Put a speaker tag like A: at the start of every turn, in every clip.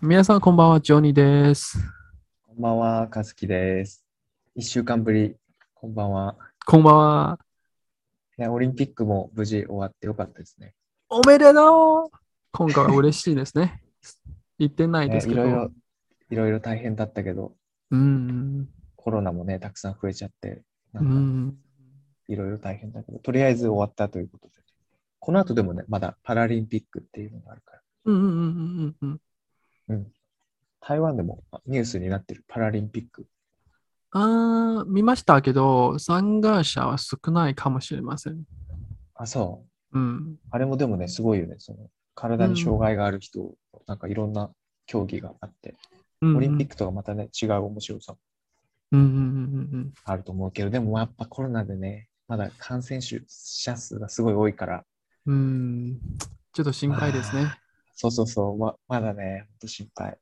A: 皆さん、こんばんは、ジョニーです。
B: こんばんは、かずきです。一週間ぶり、こんばんは。
A: こんばんは。
B: ね、オリンピックも無事終わってよかったですね。
A: おめでとう今回は嬉しいですね。言ってない
B: ね
A: です
B: い
A: けど。
B: ろいろ、いろいろ大変だったけど、
A: うん
B: コロナもね、たくさん増えちゃって、な
A: うん。うん
B: か
A: ん。
B: いろいろ大変だけど、とりあえず終わったということで。この後でもね、まだパラリンピックっていうのがあるから、
A: うんうんうんうんうん。
B: 台湾でもあニュースになってるパラリンピック。
A: あー見ましたけど、参加者は少ないかもしれません。
B: あ、そう。
A: うん。
B: あれもでもね、すごいよね。その体に障害がある人、なんかいろんな競技があって、
A: うん
B: オリンピックとはまたね、違う面白さも
A: うんうんうんうんうん。
B: あると思うけど、でもやっぱコロナでね、まだ感染者数がすごい多いから、
A: うん。ちょっと心配ですね。
B: そうそうそう、ままだね、ほんと心配。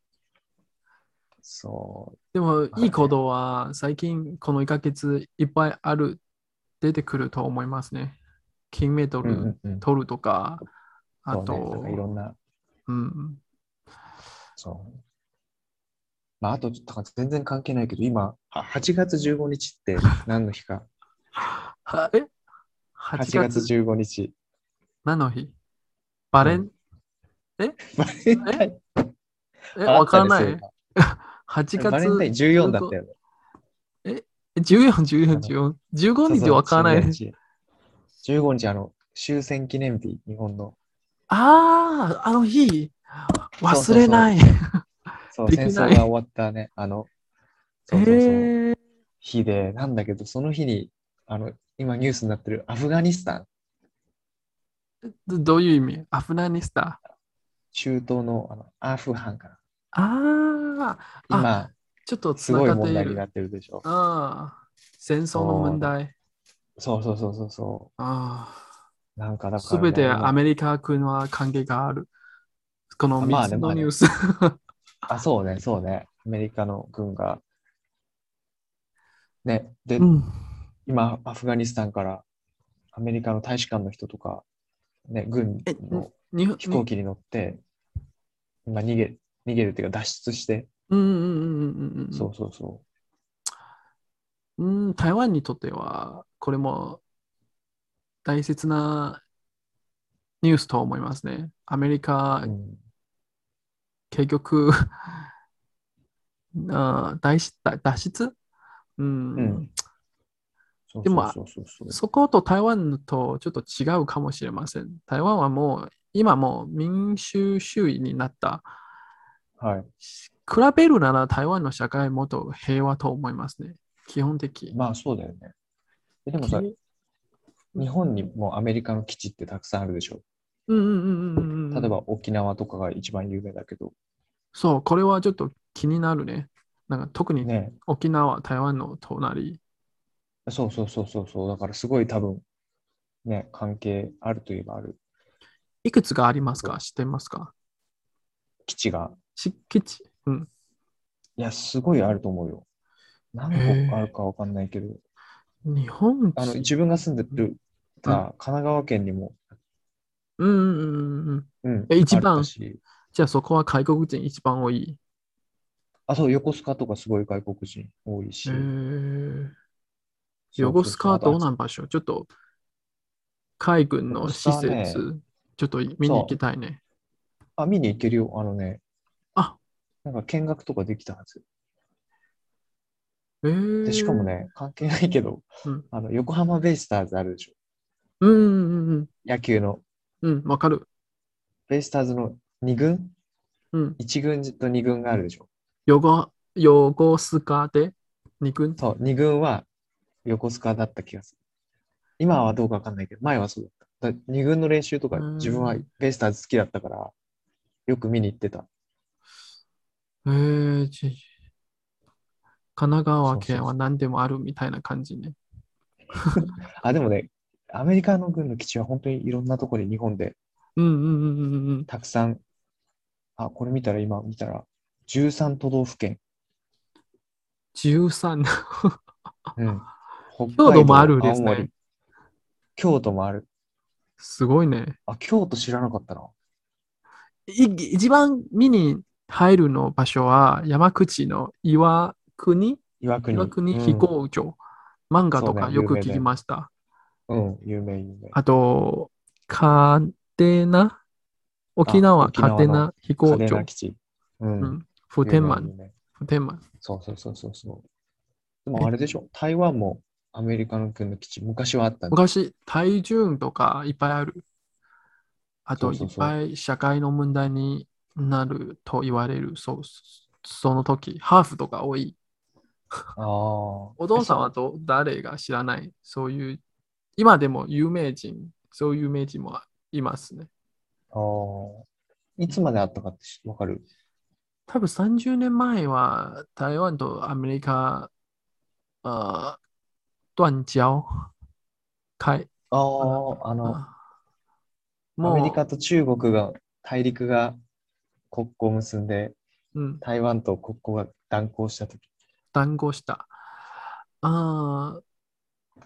B: そう、
A: でも、いい行動は最近この1ヶ月いっぱいある、出てくると思いますね。金メダ
B: うん
A: ル
B: うんうん。
A: 取るとか、あ
B: そうね、なん
A: と
B: か、いろんな、
A: うん。
B: そう。まあ、あと、だから全然関係ないけど、今、は8月15日って何の日か。
A: はえ ?8
B: 8月15日。
A: 何の日バレン、
B: バ レンタイン。
A: え、
B: あ
A: わからな
B: あった
A: い
B: ね。そ
A: ?8
B: ういえばバレンタイン
A: 月
B: 14だったよね。
A: 14、14、14。15日でわからない
B: そう。そう15日、あの、終戦記念日、日本の。
A: ああ、あの日。
B: うそう
A: 忘
B: そう
A: れない。
B: そう、
A: できな
B: 戦
A: い
B: 争が終わったね、あの、そうそうそう
A: へえ。
B: 日で、なんだけど、その日に、あの、今ニュースになってるアフガニスタン、
A: どどういう意味アフガニスタン。
B: 中東のあのアフハンか
A: ああ、
B: ら、今、
A: ちょっとつ
B: す
A: な
B: ごい
A: がって
B: 問
A: い
B: 題にな
A: る。
B: ってるでしょ。
A: ああ、戦争の問題。
B: そうそうそうそうそ
A: あ
B: う。なんかだ
A: あ、
B: か
A: す
B: ら、
A: べてア
B: メ
A: メリカ君は関係がある。この3
B: まあ
A: つ
B: ね
A: の
B: まあ
A: ニ
B: ね
A: ュース。
B: あ、そうね、そうね。アメリカの軍が。ね、で、
A: うん。
B: 今、アフガニスタンから、アメリカの大使館の人とか、ね、軍
A: え
B: の
A: 日本
B: 飛行機に乗って、今逃げ、逃げるっていうか脱出して、
A: うんうんうんうんうんうん。
B: そうそうそう。
A: うん、台湾にとっては、これも大切なニュースと思いますね。アメリカ
B: う、ん
A: 結局、 あー、脱出脱出うん、
B: うんそう
A: でも
B: そうそうそうそう
A: そこと台湾とちょっと違うかもしれません。台湾はもう、今もう民主主義になった。
B: は
A: 比べるなら台湾の社会もっと平和と思いますね。基本的
B: い。。まあそうだよね。えでもさ、日本にもアメリカの基地ってたくさんあるでしょ。
A: うんうんうんうんうんうん。
B: 例えば沖縄とかが一番有名だけど、
A: そう、これはちょっと気になるね。なんか特に
B: ね。
A: 沖縄、台湾の隣。
B: そうそうそうそうそう。だからすごい多分、ね、関係あるといえばある。
A: いくつがありますか知ってますか
B: 基地が、
A: し基地。うん。
B: いや、すごいあると思うよ。何
A: へえ
B: 個あるかわかんないけど、
A: 日本
B: あの、
A: 一。
B: 自分が住んでるさ、神奈川県にも、
A: うんうんうんうん。
B: うん、
A: え一番
B: あったし
A: じゃあそこは外国人一番多い。
B: あ、そう、横須賀とかすごい外国人多いし
A: え。ー、
B: そう
A: 横
B: そう
A: 須
B: そう
A: 賀
B: あ
A: は
B: と
A: どうなん場所ちょっと海軍の施
B: 横須賀はね
A: 設、ちょっと見に行きたいね。
B: あ、見に行けるよ。あのね。
A: あ
B: なんか見学とかできたはず。
A: えー、
B: で、しかも。ね、関係ないけど、
A: うん
B: あの、横浜ベイスターズあるでしょ。
A: うんうんうん
B: 野球の。
A: うん。うん、わかる。
B: ベイスターズの2軍
A: うん。
B: ?1 軍と2軍があるでしょ。
A: 横、横須賀で二軍。
B: そう、2軍は横須賀だった気がする。今はどうかわかんないけど、前はそうだった。だ2軍の練習とか
A: うん、
B: 自分はベイスターズ好きだったから、よく見に行ってた。
A: えー、じ神奈川
B: そうそう
A: 県
B: そう
A: は何でもあるみたいな感じね。
B: あ、でもね、アメリカの軍の基地は本当にいろんなところに日本で
A: うんうんうんうんうん。
B: たくさん、あ、これ見たら今見たら、13都道府県。
A: 13。
B: うん。
A: 京都もあるです
B: 北海道青森
A: ね。
B: 京都もある。
A: すごいね。
B: あ、京都知らなかったな。
A: い一番見に入るの場所は山口の岩国
B: 岩国。
A: 岩国
B: うん
A: 飛行場。漫画と
B: そう
A: か
B: ね
A: よく
B: 有名だ
A: 聞
B: よ
A: きました。
B: うん、有名、有名。
A: あと、嘉手納沖縄
B: 沖
A: 嘉
B: 縄の
A: 手納飛行
B: 嘉手
A: 場
B: 納。基地。う
A: う
B: ん。有名
A: ん。普天間
B: 有。名
A: 普天間。
B: そうそうそうそうそう。でもあれでしょ、台湾もアメリカの軍の基地、昔はあったんだ
A: 昔、台順とかいっぱいある。あと、い
B: そうそ
A: っ
B: うそう
A: ぱい社会の問題になると言われる。そうその時、ハーフとか多い。
B: ああ。お
A: お父さんはと誰が知らない。そういう、今でも有名人、そういう有名人もいますね。
B: ああ。いつまであったかってしわかる
A: 多分30年前は台湾とアメリカ、あー断交会。
B: ああ、あの、
A: あ
B: ア
A: もう、
B: メリカと中国が、大陸が国交を結んで、
A: うん、
B: 台湾と国交が断交したとき。
A: 談合した。あー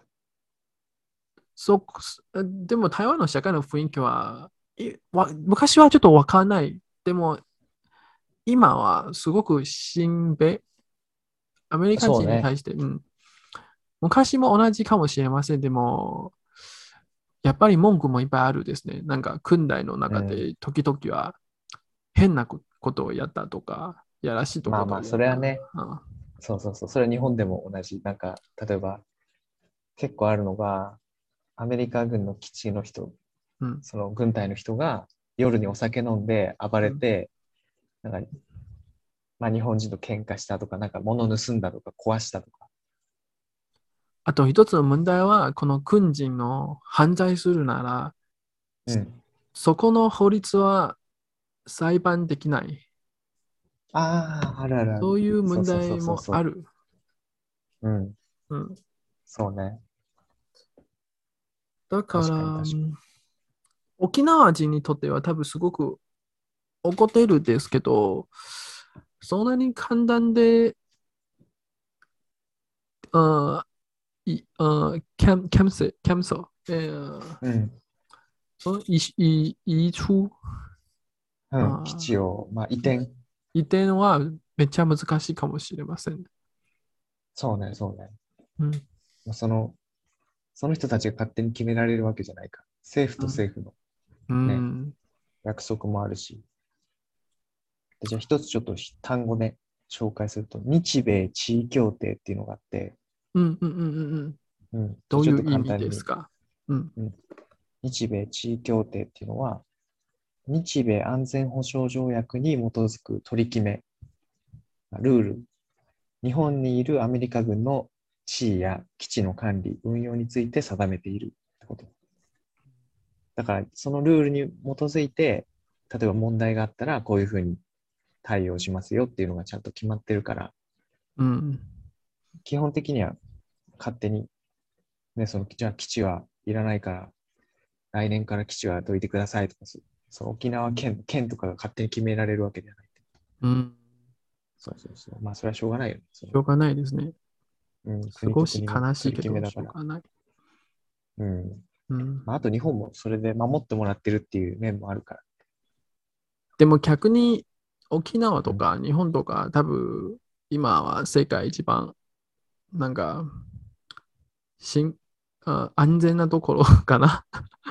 A: そこでも台湾の社会の雰囲気はいわ昔はちょっとわからない。でも今はすごく親米。アメリカ人
B: そうね
A: に対して、うん、昔も同じかもしれません。でもやっぱり文句もいっぱいあるですね。なんか訓練の中で時々は変なことをやったとか、やらしいとこ
B: ま
A: と
B: あ
A: をや
B: まあ、
A: った
B: それはね、
A: うん
B: そうそうそう、それは日本でも同じ。なんか、例えば、結構あるのが、アメリカ軍の基地の人、
A: うん
B: その軍隊の人が夜にお酒飲んで暴れて、なんか、まあ、日本人と喧嘩したとか、なんか物盗んだとか壊したとか。
A: あと一つの問題は、この軍人の犯罪するなら、
B: うん、
A: そこの法律は裁判できない。
B: ああ、あるあるある。
A: そういう問題もあ
B: る。
A: る。
B: うん、
A: うん、
B: そうね。
A: だか
B: 確
A: ら
B: かに確か
A: 沖縄人にとっては多分すごく怒ってるんですけど、そんなに簡単で、あいあキャンキャンセル、キャンセル、えー
B: うん、
A: その移移移出
B: うん
A: あー
B: 基地を、まあ、移転。
A: 移転はめっちゃ難しいかもしれません。
B: そうね、そうね。
A: うん、
B: まあその、その人たちが勝手に決められるわけじゃないか。政府と政府の
A: うん
B: 約束もあるし。でじゃあ一つちょっとひ単語ね、紹介すると、日米地位協定っていうのがあって、
A: うんうんうんうんうん。
B: うん、
A: どうい
B: ちょっと
A: う意
B: 簡
A: 味
B: 単に
A: ですかうん
B: 日米地位協定っていうのは、日米安全保障条約に基づく取り決め、ルール、日本にいるアメリカ軍の地位や基地の管理、運用について定めているってこと。だから、そのルールに基づいて、例えば問題があったら、こういうふうに対応しますよっていうのがちゃんと決まってるから、
A: うん
B: 基本的には勝手に、ね、そのじゃあ基地はいらないから、来年から基地はどいてくださいとかそ、その沖縄県県とかが勝手に決められるわけじゃない。
A: うん。
B: そうそうそう。まあ、それはしょうがないよね。その
A: しょうがないですね。
B: うん、
A: 少し悲しい
B: 国
A: け
B: と国
A: ど、
B: の
A: しょう
B: 取り決めだか
A: がない。
B: ら。うん。
A: うん、
B: まあ、あと日本もそれで守ってもらってるっていう面もあるから。
A: でも逆に沖縄とか日本とか多分今は世界一番なんかしんあ安全なところかな。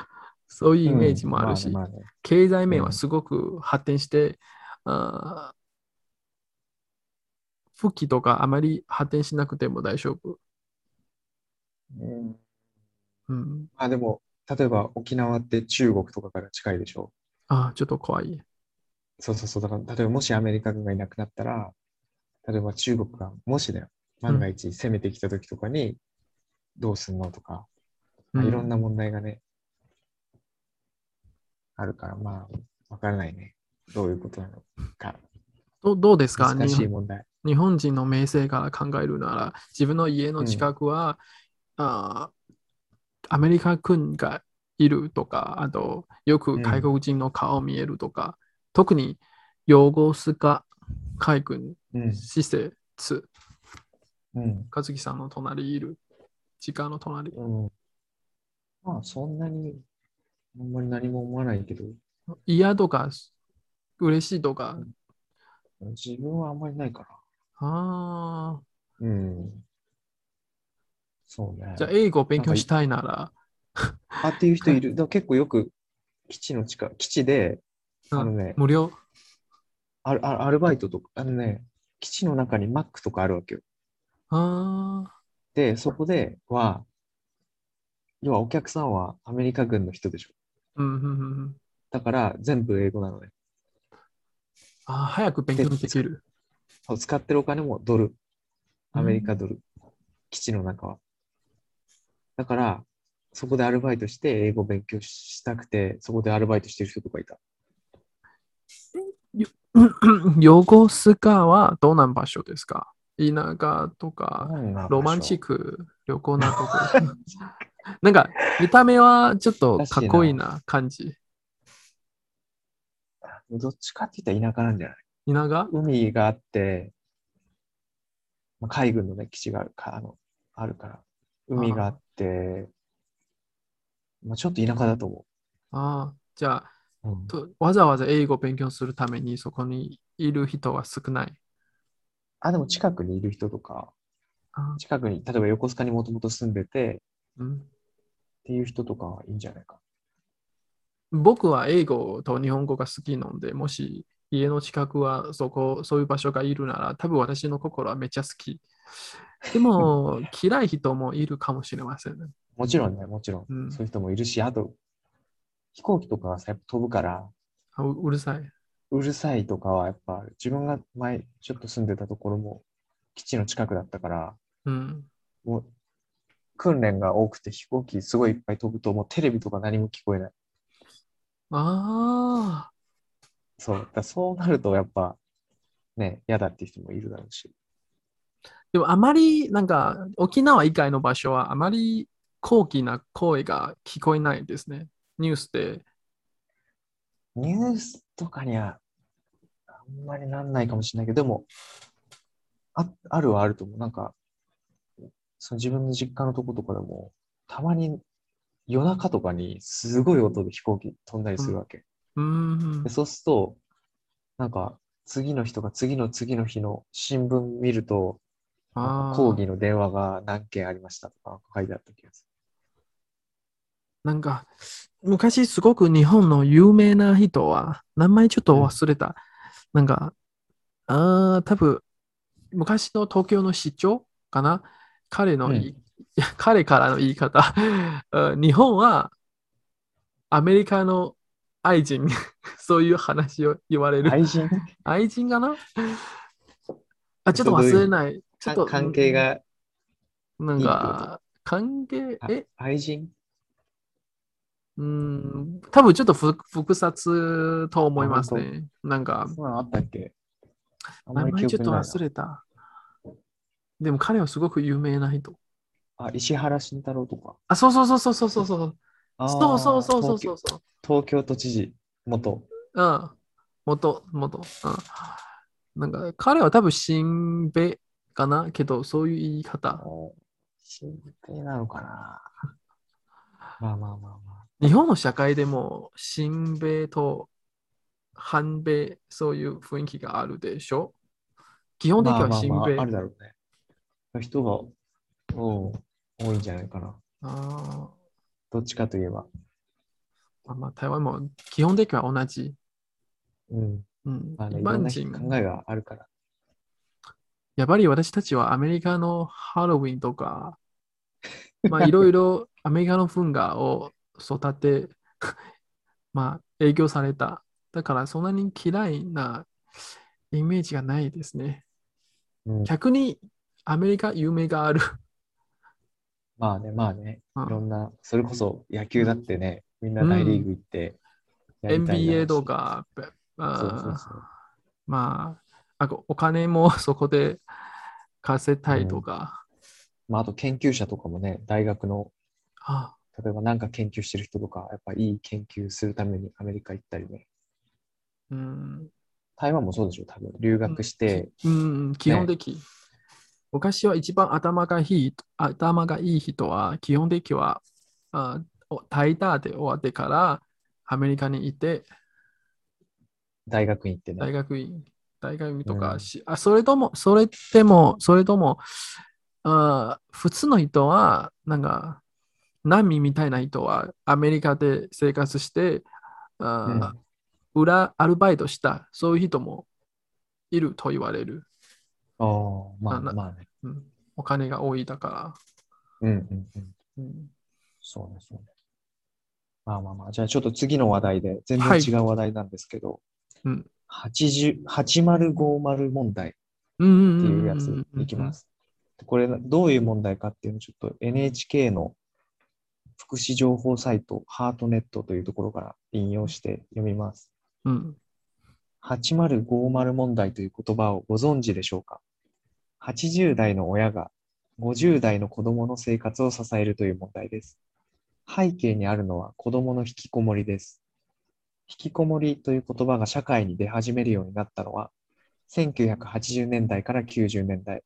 A: そういうイメージもあるし
B: うん。まあねまあね
A: 経済面
B: う
A: は
B: ん
A: すごく発展して、あー復帰とかあまり発展しなくても大丈夫。
B: うん、
A: うん、
B: まあでも、例えば沖縄って中国とかから近いでしょ
A: ああ、ちょっと怖い。
B: そうそうそう。だから、例えばもしアメリカ軍がいなくなったら、例えば中国が、もしだよ、万が一攻めてきた時とかに、どうすんのとか、まあいろん
A: な。
B: な問題がね、あるから、まあ、わからないね。どういうことなのか。
A: どどうですか
B: 難しい
A: 日
B: 問題。
A: 日本人の名声から考えるなら、自分の家の近くは、あーアメリカ軍がいるとか、あと、よく外国人の顔見えるとか、特に養護スカ海軍
B: うん。
A: 施設
B: うん。
A: 和樹さんの隣いる、時間の隣。
B: うん、まあ、そんなに、あんまり何も思わないけど、
A: 嫌とか、嬉しいとか、
B: 自分はあんまりないか
A: あ
B: な。うん。そうね
A: あ。じ。ゃあ、英語を勉強したいなら、
B: あっていう人いる。でも結構よく基地の近く、基地で、あのね、
A: 無料。
B: アルアルアルバイトとか、あのね、基地の中にマックとかあるわけよ。
A: ああ、
B: で、そこでは、要はお客さんはアメリカ軍の人でしょ。
A: うんうんうんうん。
B: だから全部英語なのね。
A: ああ、早く勉強できる。
B: そう使ってるお金もドル。アメリカドル。基地の中は。だから、そこでアルバイトして英語勉強したくて、そこでアルバイトしてる人とかいた。
A: 横須賀はどんな場所ですか田舎とか、ロマンチッ
B: ク。
A: ク、旅行な とこ。なんか、見た目はちょっとかっこいいな感じ。
B: どっちかって言ったら田舎なんじゃな
A: 田
B: い
A: 舎
B: 海があって、まあ、海軍の、ね、基地があるかあのあるから、海があって、まあ、ちょっと田舎だと思
A: ああ、じゃあ
B: う。うん
A: と、わざわざ英語を勉強するためにそこにいる人は少ない。
B: あ、でも近くにいる人とか、
A: あ
B: 近くに、例えば横須賀にもともと住んでてっ
A: うん、
B: ていう人とかはいいんじゃないか。
A: 僕は英語と日本語が好きなので、もし家の近くはそこ、そういう場所がいるなら、多分私の心はめっちゃ好き。で も、嫌い人もいるかもしれませんね。
B: もちろんね、もちろん。
A: うん
B: そういう人もいるし、あと、飛行機とかがさ、やっぱ飛ぶから、
A: あううるさい。
B: うるさいとかはやっぱ、自分が前、ちょっと住んでたところも、基地の近くだったから、
A: うん。
B: もう訓練が多くて飛行機すごいいっぱい飛ぶともうテレビとか何も聞こえない。
A: ああ、
B: そう。だからそうなるとやっぱね、嫌だっていう人もいるだろうし。
A: でもあまり、なんか、沖縄以外の場所はあまり高貴な声が聞こえないですね。ニュースで。
B: ニュースとかにはあんまりなんないかもしれないけど、でも、ああるはあると思う。なんか、その自分の実家のとことかでも、たまに夜中とかにすごい音で飛行機飛んだりするわけ。
A: うん
B: で、。そうすると、なんか、次の日とか次の次の日の新聞見ると、なん
A: あ
B: か
A: あ
B: 抗議の電話が何件ありましたとか書いてあった気がす
A: なんか、昔すごく日本の有名な人は、名前ちょっと忘れた。なんか、ああ、多分、昔の東京の市長かな彼のい、
B: うん
A: い や彼からの言い方。 うん日本はアメリカの愛人、 そういう話を言われ
B: る。
A: る。
B: 愛人
A: 愛人かなあ、ちょっと忘れない。ちょっと、
B: 関係が、
A: なん
B: いいって
A: か、関係、
B: あ
A: え、
B: 愛人
A: うーん、多分ちょっと複複雑と思いますね。なんか、
B: そんなのあったっけあん
A: 名
B: まり
A: 前
B: 記
A: ちょっ
B: 憶に
A: と
B: ないな
A: 忘れた。でも彼はすごく有名な人。
B: あ、石原慎太郎とか。
A: あ、そうそうそうそうそうそうそう。
B: あー
A: そうそうそうそうそう
B: 東
A: そう。
B: 京。東京都知事、元。
A: うん。元、元。うん。なんか、彼は多分新米かなけど、そういう言い方。
B: 新兵なのかなまあまあまあまあ。
A: 日本の社会でも、新米と反米、そういう雰囲気があるでしょ基本的に
B: ま
A: は
B: あまあ
A: 新
B: ま
A: 米。
B: あ、あるだろうね。人が、うん、多いんじゃないかな。
A: あー
B: どっちかといえば。
A: まあまあ、台湾も基本的には同じ。
B: うん。
A: うん、
B: あの、
A: 一
B: いろん
A: 般
B: な
A: 人。
B: 考えがあるから。
A: やっぱり私たちはアメリカのハロウィンと か、まあ、いろいろ アメリカの文化を育て、 まあ、影響された。だから、そんなに嫌いなイメージがないですね。
B: うん、
A: 逆に、アメリカ有名がある。
B: まあね、まあね。
A: うん
B: いろんな、それこそ野球だってね、みんな大リーグ行って、やりたいな
A: NBA と。か、べあ
B: そうそ
A: ー
B: うそう。
A: まあ、あとお金も そこで稼いたいとか、
B: まあ、あと研究者とかもね、大学の、
A: あ
B: 例えばなんか研究してる人とか、やっぱいい研究するためにアメリカ行ったりね。
A: うん
B: 台湾もそうでしょ、多分。留学して、
A: うん、基本的。昔は一番頭がいい頭がいい人は、基本的はあお台大で終わってからアメリカにいて
B: 大学に行ってね
A: 大。学院。大外務とか
B: うん
A: し、あ、それとも、それでも、それとも、あー普通の人は、なんか、難民みたいな人はアメリカで生活して、あー裏アルバイトした、そういう人もいると言われる。
B: ああ、まあ
A: あな
B: まあね。
A: うん、お金が多いだか
B: うんうんうん。
A: ら。うん
B: そうね、そうね。まあまあまあ、じゃあちょっと次の話題で、全
A: は
B: 然
A: い
B: 違う話題なんですけど、
A: うん
B: 80 8050問題っ
A: うん
B: て
A: うんうんうんうん
B: いうやついきます。これ、どういう問題かっていうのをちょっと NHK の福祉情報サイト、ハートネットというところから引用して読みます。
A: うん。
B: 8050問題という言葉をご存知でしょうか ?80 代の親が50代の子供の生活を支えるという問題です。背景にあるのは子供の引きこもりです。引きこもりという言葉が社会に出始めるようになったのは、1980年代から90年代。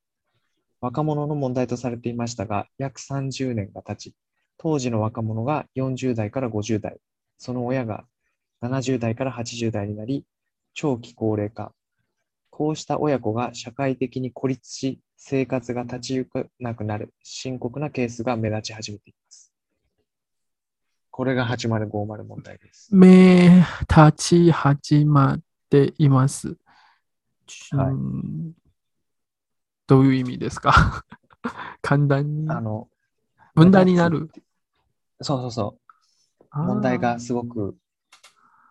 B: 若者の問題とされていましたが、約30年が経ち、当時の若者が40代から50代、その親が70代から80代になり、長期高齢化。こうした親子が社会的に孤立し、生活が立ち行かなくなる深刻なケースが目立ち始めています。これが8050問題です。
A: 目立ち始まっています。
B: はい
A: うんどういう意味ですか簡単に
B: あの、
A: 問題になる。
B: そうそうそう。
A: あー
B: 問題が、すごく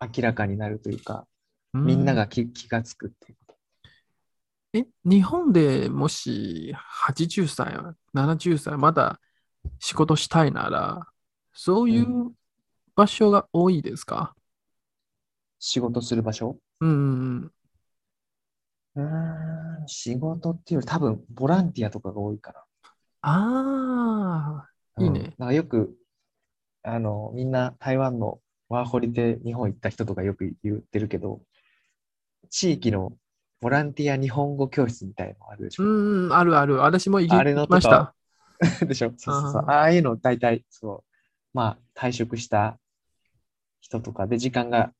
B: 明らかになるというか、
A: う
B: みんなが気気がつくっていうこ
A: え、日本でもし80歳、70歳、まだ仕事したいなら、そういうう場所が多いですか
B: 仕事する場所
A: うんうん
B: うーん、仕事っていうより多分ボランティアとかが多いか
A: ああ、
B: な。
A: いいね
B: うんなんかよく、あの、みんな台湾のワーホリで日本行った人とかよく言ってるけど、地域のボランティア日本語教室みたいのあるでし
A: う
B: ょ。
A: んうん、あるある。私も行き
B: あれの
A: 行きまし
B: と
A: た
B: か。 でしょそうそうそう。
A: あー
B: ああいうの大体、そう、まあ、退職した人とかで、時間が、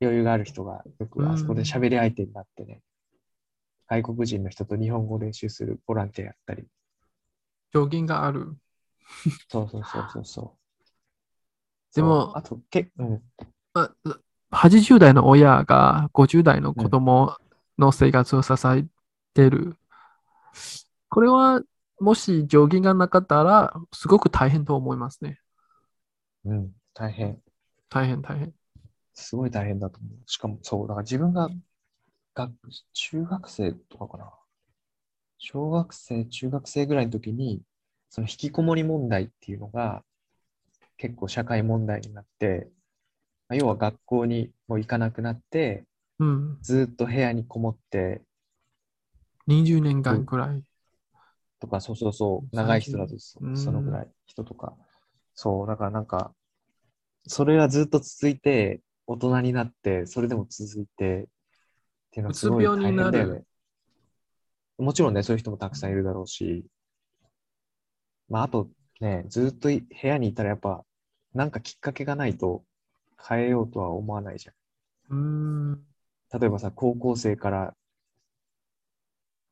B: 余裕がある人が、よ
A: う
B: く
A: ん
B: あそこで喋り相手になってね、外国人の人と日本語を練習するボランティアやったり、
A: 上限がある。
B: そうそうそうそうそう。
A: でも
B: そうあと、け、うん、
A: あ80代の親が50代の子供の生活を支えてる。これは、もし上限がなかったら、すごく大変と思いますね。
B: うん、大変。
A: 大変、大変。
B: すごい大変だと思う。しかも、そう、だから自分が学、中学生とかかな。小学生、中学生ぐらいの時に、その引きこもり問題っていうのが、結構社会問題になって、まあ要は学校にもう行かなくなって、
A: うん。
B: ずっと部屋にこもって
A: 20年間くらい。
B: とか、そうそうそう、
A: 30
B: 長い人だとそ
A: うん
B: そのぐらい、人とか。そう、だからなんか、それがずっと続いて、大人になって、それでも続いて、っていうのはすごい大変
A: うつ
B: だ
A: 病
B: よ
A: にな
B: ね。もちろんね、そういう人もたくさんいるだろうし、まあ、あとね、ずっとい部屋にいたらやっぱ、なんかきっかけがないと変えようとは思わないじゃん。
A: うん。
B: 例えばさ、高校生から、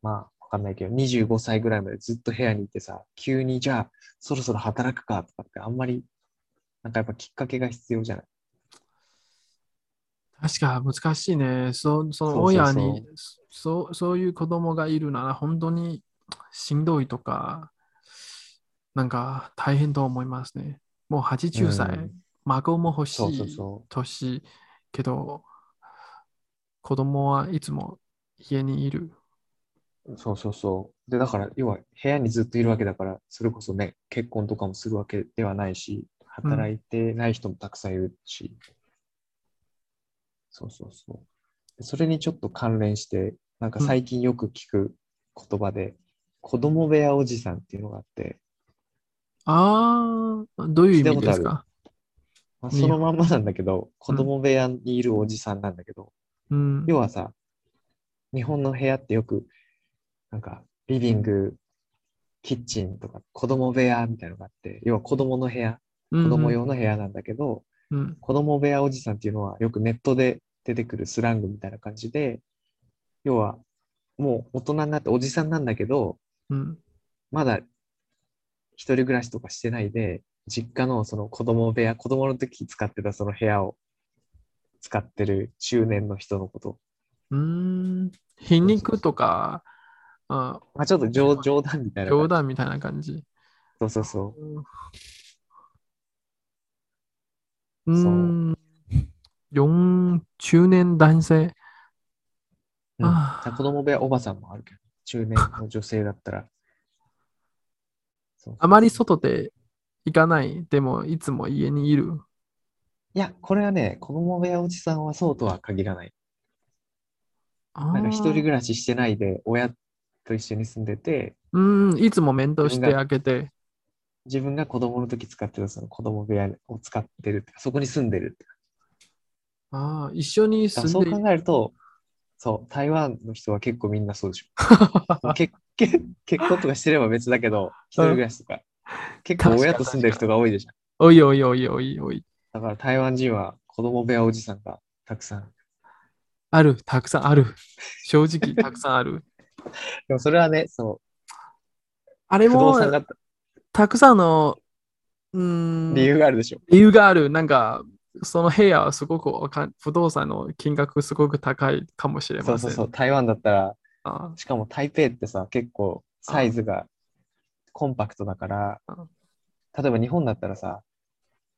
B: まあ、わかんないけど、25歳ぐらいまでずっと部屋にいてさ、急にじゃあ、そろそろ働くかとかって、あんまり、なんかやっぱきっかけが必要じゃない。
A: 確か難しいね。そその
B: そうそうそう
A: 親にそそうそういう子供がいるなら本当にしんどいとか、なんか大変と思いますね。もう80歳、
B: うん
A: 孫も欲し
B: そうそう
A: い
B: そ
A: 年けど、子供はいつも家にいる。
B: う。そうそうそう。で、だから、要は部屋にずっといるわけだから、それこそね、結婚とかもするわけではないし、働いてない人もたくさんいるし。そうそうそう。でそれにちょっと関連して、なんか最近よく聞く言葉で、子供部屋おじさんっていうのがあって、
A: ああ、どういう意味ですか
B: まあ、
A: いいよ
B: そのまんまなんだけど、子供部屋にいるおじさんなんだけど、
A: うん。
B: 要はさ、日本の部屋ってよく、なんか、リビング、キッチンとか、子供部屋みたいなのがあって、要は子供の部屋、
A: うん
B: 子供用の部屋なんだけど、
A: うん
B: 子供部屋おじさんっていうのはよくネットで出てくるスラングみたいな感じで、要は、もう大人になっておじさんなんだけど、
A: うん。
B: まだ一人暮らしとかしてないで、実家のその子供部屋、子供の時使ってたその部屋を使ってる中年の人のこと。
A: うーん。皮肉とか、あ
B: まあちょっと冗冗談みたいな感じ。
A: 冗談みたいな感じ。
B: そうそうそう。
A: うーん。四中年男性。
B: うん、
A: あー
B: 子供部屋おばさんもあるけど、中年の女性だったら。そう
A: あまり外で行かない。でも、いつも家にいる。
B: いや、これはね、子供部屋おじさんはそうとは限らない。
A: な
B: なんか一人暮らししてないで、親と一緒に住んでて、
A: うん、いつも面倒してあげて。
B: 自分が子供の時使ってたその子供部屋を使ってるって、そこに住んでるって。
A: ああ、一緒に
B: だから
A: 住
B: そ
A: ん
B: う
A: でい
B: 考えると、そう、台湾の人は結構みんなそうでし ょ。結結結婚とかしてれば別だけど、一人暮らしとか。結構親と住んでる人が多いでしょ。
A: おいおいおいおいおい。
B: だから台湾人は子供部屋おじさんがたくさん。
A: ある、たくさんある。正直、たくさんあ る。
B: でもそれはね、そ
A: あ
B: う、
A: れ
B: 不動
A: も、
B: 産が
A: たくさんの、うーん
B: 理由があるでしょ。
A: 理由がある。なんか、その部屋はすごくおか不動産の金額すごく高いかもしれ
B: そう
A: ませ
B: そ
A: ん。
B: うそう、台湾だったら、
A: あ
B: しかも台北ってさ、結構サイズがコンパクトだから
A: うん、
B: 例えば日本だったらさ、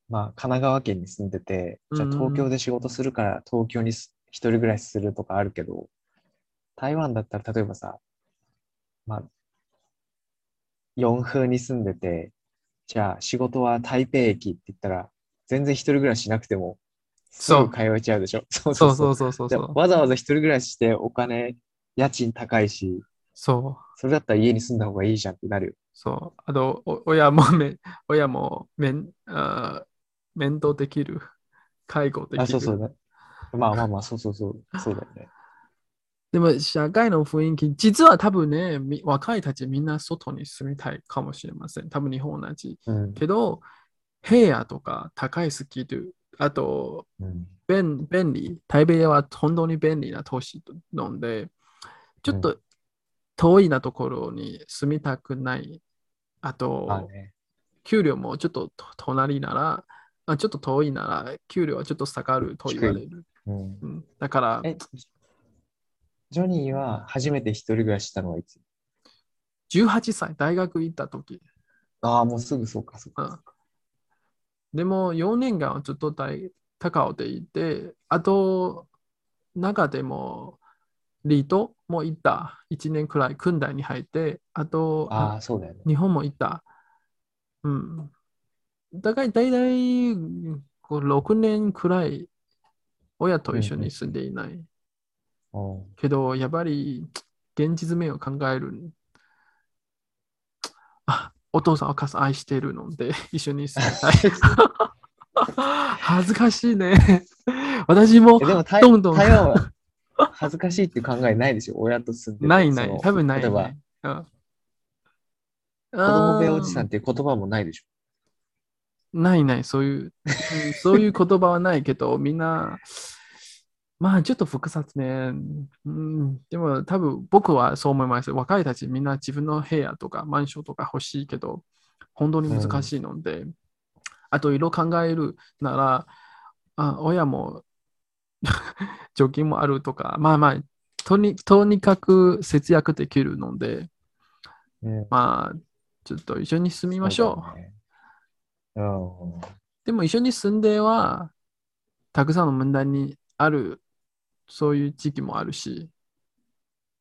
B: まあ神奈川県に住んでて、じゃあ
A: うんうん
B: 東京で仕事するから東京にす一人暮らしするとかあるけど、台湾だったら例えばさ、まあ、四風に住んでて、じゃあ仕事は台北駅って言ったら、全然一人暮らししなくても、す
A: そう
B: ぐ通えちゃうでしょ。そう
A: そうそうそうそう
B: で
A: そう。
B: わざわざ一人暮らししてお金、家賃高いし、
A: そう。
B: それだったら家に住んだ方がいいじゃんってなるよ。
A: そう。あと、お親もめ、親もめんあー面倒できる。介護できる。
B: あ、そうそうだ。まあまあまあ、そうそうそう、そうだよね。
A: でも社会の雰囲気、実は多分ね、み若いたちみんな外に住みたいかもしれません。多分日本同じ。
B: うん。
A: けど、部屋とか高いスキル、あと
B: うん、
A: 便便利、台北は本当に便利な都市なので、ちょっと遠いなところに住みたくない。あと、
B: まあね。
A: 給料もちょっとと隣なら、あちょっと遠いなら、給料はちょっと下がると言われる。
B: うん、
A: うん、だから、
B: え、ジョニーは初めて一人暮らししたのはいつ
A: 18歳、大学行った時
B: ああ、もうすぐそうか、そう
A: うん
B: か。
A: でも4年間はずっと大高尾でいて、あと中でも離島も行った。1年くらい訓大に入って、あと
B: ああ、そうだよね。
A: 日本も行った。うん。だから大体こう6年くらい親と一緒に住んでいない。
B: うん
A: けど、やっぱり現実面を考える。あ、お父さんお母さん愛してるので 一緒に住み たい。恥ずかしいね。私も
B: えでも台
A: どんどん
B: 台湾は恥ずかしいっていう考えないでしょ親と住んでて
A: ないな
B: そ
A: い
B: の。
A: 多分ない、
B: 例えば
A: ね。、うん
B: 子供部屋おじさんっていう言葉もないでしょ
A: ないない、そういう、うんそういう言葉はないけど、みんな、まあちょっと複雑ね。うん、でも多分僕はそう思います。若いたちみんな自分の部屋とかマンションとか欲しいけど、本当に難しいので、あと色々考えるなら、あ親も 貯金もあるとか、まあまあ、とにとにかく節約できるので、
B: うん。
A: まあ、ちょっと一緒に住みましょう。
B: そうだよね。うん。
A: でも一緒に住んでは、たくさんの問題にある、そういう時期もあるし、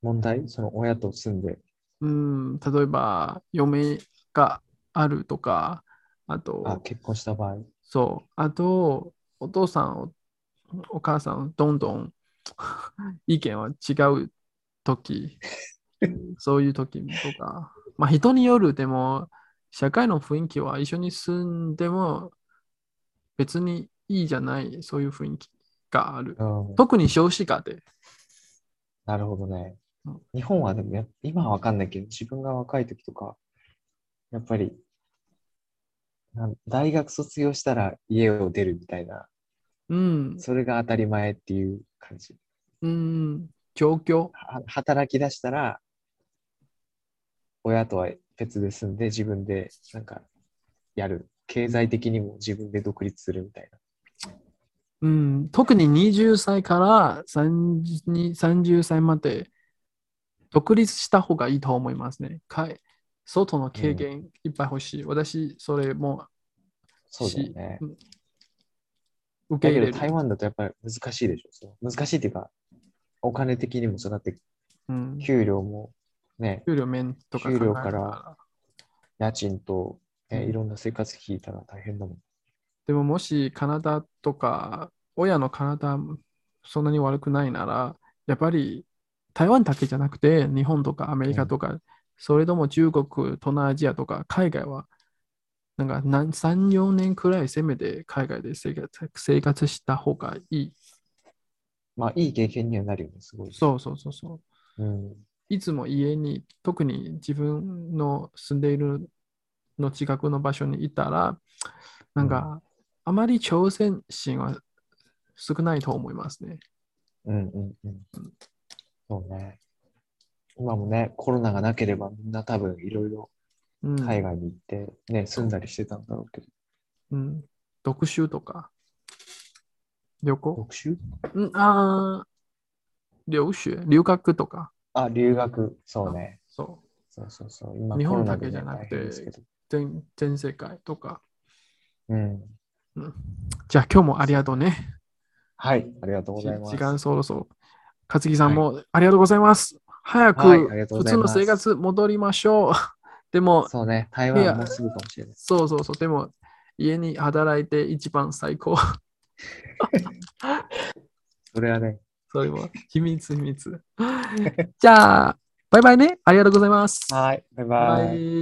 B: 問題その親と住んで。
A: うん、例えば、嫁があるとか、あ
B: あ、
A: と、
B: 結婚した場合。
A: そう、あと、お父さん、おお母さん、どんどん意見は違う時、そういう時とか、まあ人による、でも、社会の雰囲気は一緒に住んでも別にいいじゃない、そういう雰囲気がある。
B: うん。
A: 特に少子化で。
B: なるほどね
A: うん。
B: 日本はでもや、今はわかんないけど、自分が若い時とか、やっぱり、なん大学卒業したら家を出るみたいな、
A: うん。
B: それが当たり前っていう感じ。
A: うん。状況
B: は働き出したら、親とは別で住んで自分でなんかやる。経済的にも自分で独立するみたいな。
A: うん、特に20歳から30に30歳まで独立した方がいいと思いますね。かい外の経験いっぱい欲しい。私、それも
B: そうだよね。
A: 受
B: だ
A: け
B: け
A: 入れ
B: ど
A: る。
B: 台湾だとやっぱり難しいでしょその。難しいっていうか、お金的にもそうだって、
A: うん、
B: 給料もね、
A: 給料面とか考え
B: 給
A: た
B: 料から家賃と、ね、
A: うん
B: いろんな生活費たら大変だもん。
A: でももしカナダとか、親のカナダそんなに悪くないなら、やっぱり台湾だけじゃなくて、日本とかアメリカとか、それとも中国、東南アジアとか、海外は、なんか何3、4年くらいせめて海外で生活生活した方がいい。
B: まあいい経験にはなるよね、すごい。
A: そうそうそうそう。
B: うん。
A: いつも家に、特に自分の住んでいるの近くの場所にいたら、なんか、あまり挑戦心は少ないと思いますね。
B: うんうんうん。そうね。今もね、コロナがなければみんな多分いろいろ
A: うん。
B: 海外に行ってね、住んだりしてたんだろうけど。
A: うん。読書とか、旅行、
B: 学習
A: うん、あー留学、留学とか、
B: あ、留学。そうね。
A: そう。
B: そうそうそう。今
A: 日
B: コロ
A: 本だ
B: ナで
A: け
B: ね
A: じゃなくて
B: 大変ですけど。
A: 全全世界とか。
B: うん。
A: うん、じゃあ今日もありがとうね。
B: はい、ありがとうございます。
A: 時間そろそろ。勝木さんもありがとうございます。早
B: はいあり
A: く
B: がとう
A: 普
B: ござ
A: 通
B: い
A: の
B: ます
A: 生活戻りましょう。でも、
B: そうね、台
A: いや
B: 湾もうすぐかもしれない。
A: そうそうそう、でも家に働いて一番最高。
B: それはね、
A: それは秘密秘 密。じゃあ、バイバイね。ありがとうございます。
B: はい、バイバイ。
A: イ。